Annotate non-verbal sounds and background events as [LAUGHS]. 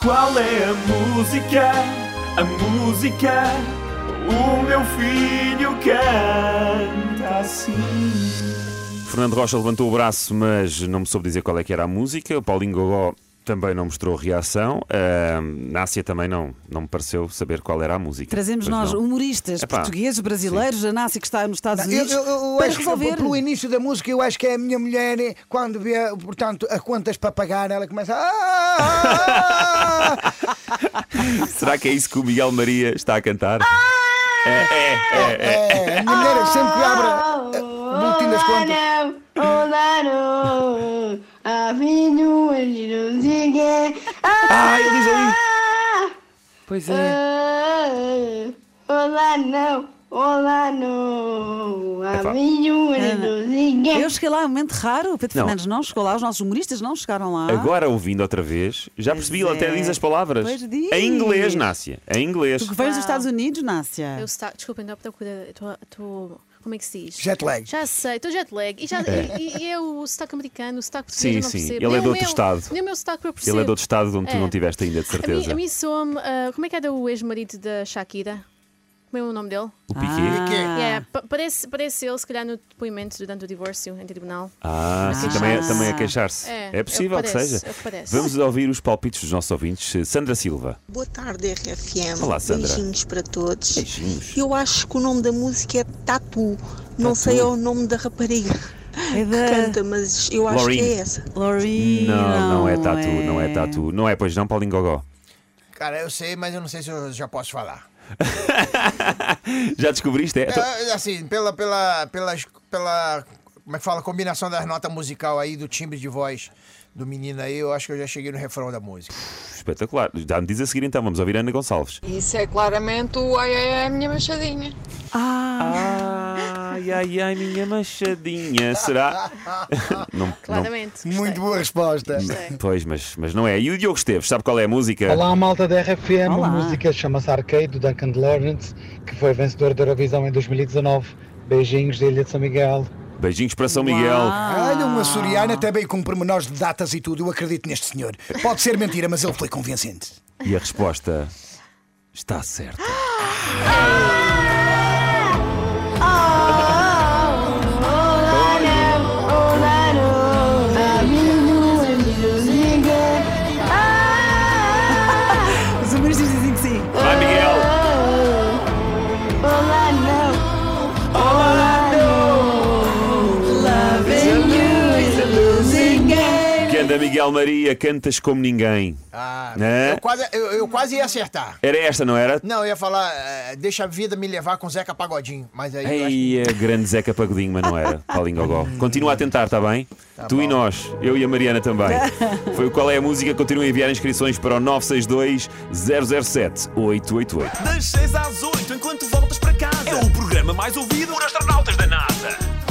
Qual é a música? A música? O meu filho canta assim. Fernando Rocha levantou o braço, mas não me soube dizer qual é que era a música. O Paulinho Gogó também não mostrou reação. Ah, Nácia também não, não me pareceu saber qual era a música. Trazemos Pois nós um- não. humoristas Epá, portugueses, brasileiros, a Nassi que está nos Estados Eu, Unidos, eu- eu para acho que resolver. pelo início da música, eu acho que é a minha mulher, eh, quando vê, portanto, as contas para pagar, ela começa. "Ah, ah, ah". Será que é isso que o Miguel Maria está a cantar? Ah! É, é, é. É, a minha mulher sempre que abre eh, o boletim das contas. Ah, ele diz ali. Pois é. Ah, Olá não, olá não, amigo Ah, Eu cheguei lá, é um momento raro. O Pedro Não. Fernandes não chegou lá, os nossos humoristas não chegaram lá. Agora ouvindo outra vez, já percebi, ele até é. diz as palavras. Pois diz. Em inglês, Nácia. Em inglês. Tu que vens dos Estados Unidos, Nácia. Eu está, desculpa, ainda procura. Estou. Como é que se diz? Jet lag. Já sei, estou jet lag. E, já, e, e é o sotaque americano, o sotaque Sim, português. eu não sim, ele percebo. é Nem de o outro meu- estado. Nem o meu sotaque eu percebo. Ele é de outro estado onde tu É. não tiveste ainda, de A mim, certeza. a mim soa-me. ah, como é que era o ex-marido da Shakira? Como é o nome dele? O Piqué. Yeah, pa- parece, parece ele, se calhar, no depoimento durante o divórcio em tribunal. Ah, sim, Ah. também, é- também a queixar-se. É, É, possível é o que que seja. parece, é o que parece. Vamos ouvir os palpites dos nossos ouvintes. Sandra Silva. Boa tarde, RFM. Olá, Sandra. Beijinhos para todos. Beijinhos. Eu acho que o nome da música é Tatu. Não sei é o nome da rapariga É que da canta, mas eu acho Loreen. que é essa. Ah, Lorraine. Não, não é tatu, não é tatu. Não é, pois não, Paulinho Gogó. [LAUGHS] Cara, eu sei, mas eu não sei se eu já posso falar. Já descobriste? É, então- É, assim, pela, pela, pelas, pela. Como é que fala? Combinação das notas musical aí, do timbre de voz do menino aí, eu acho que eu já cheguei no refrão da música. espetacular. Dá-me diz a seguir então, vamos ouvir a Ana Gonçalves. Isso é claramente o ai ai ai, minha machadinha. Ah, Ai, ai, ai, minha machadinha. Será? [LAUGHS] Não- não- Claramente. Muito boa resposta. pois, mas, mas não é. E o Diogo Esteves, sabe qual é a música? Olá, malta da RFM. Olá. A música chama-se Arcade, do Duncan Lawrence, que foi vencedor da Eurovisão em 2019. Beijinhos da Ilha de São Miguel. Beijinhos para São Miguel. Olha, uma açoriana até bem com pormenores de datas e tudo, eu acredito neste senhor. Pode ser mentira, mas ele foi convincente. E a resposta está certa. Ah, os humoristas dizem que sim. Vai, Miguel! Canta Miguel Maria, cantas como ninguém. Ah, Né? eu, quase, eu, eu quase ia acertar. Era esta, não era? Não, eu ia falar, eh, deixa a vida me levar com Zeca Pagodinho, mas aí eu acho que Ei, a grande Zeca Pagodinho, mas não era. [LAUGHS] Paulinho Gogó. Continua a tentar, está bem? tu e nós, eu e a Mariana [LAUGHS] também. Foi o Qual é a Música? Continua a enviar inscrições para o 962 007 888. Das 6 às 8, enquanto voltas para casa. É o programa mais ouvido por astronautas da NASA.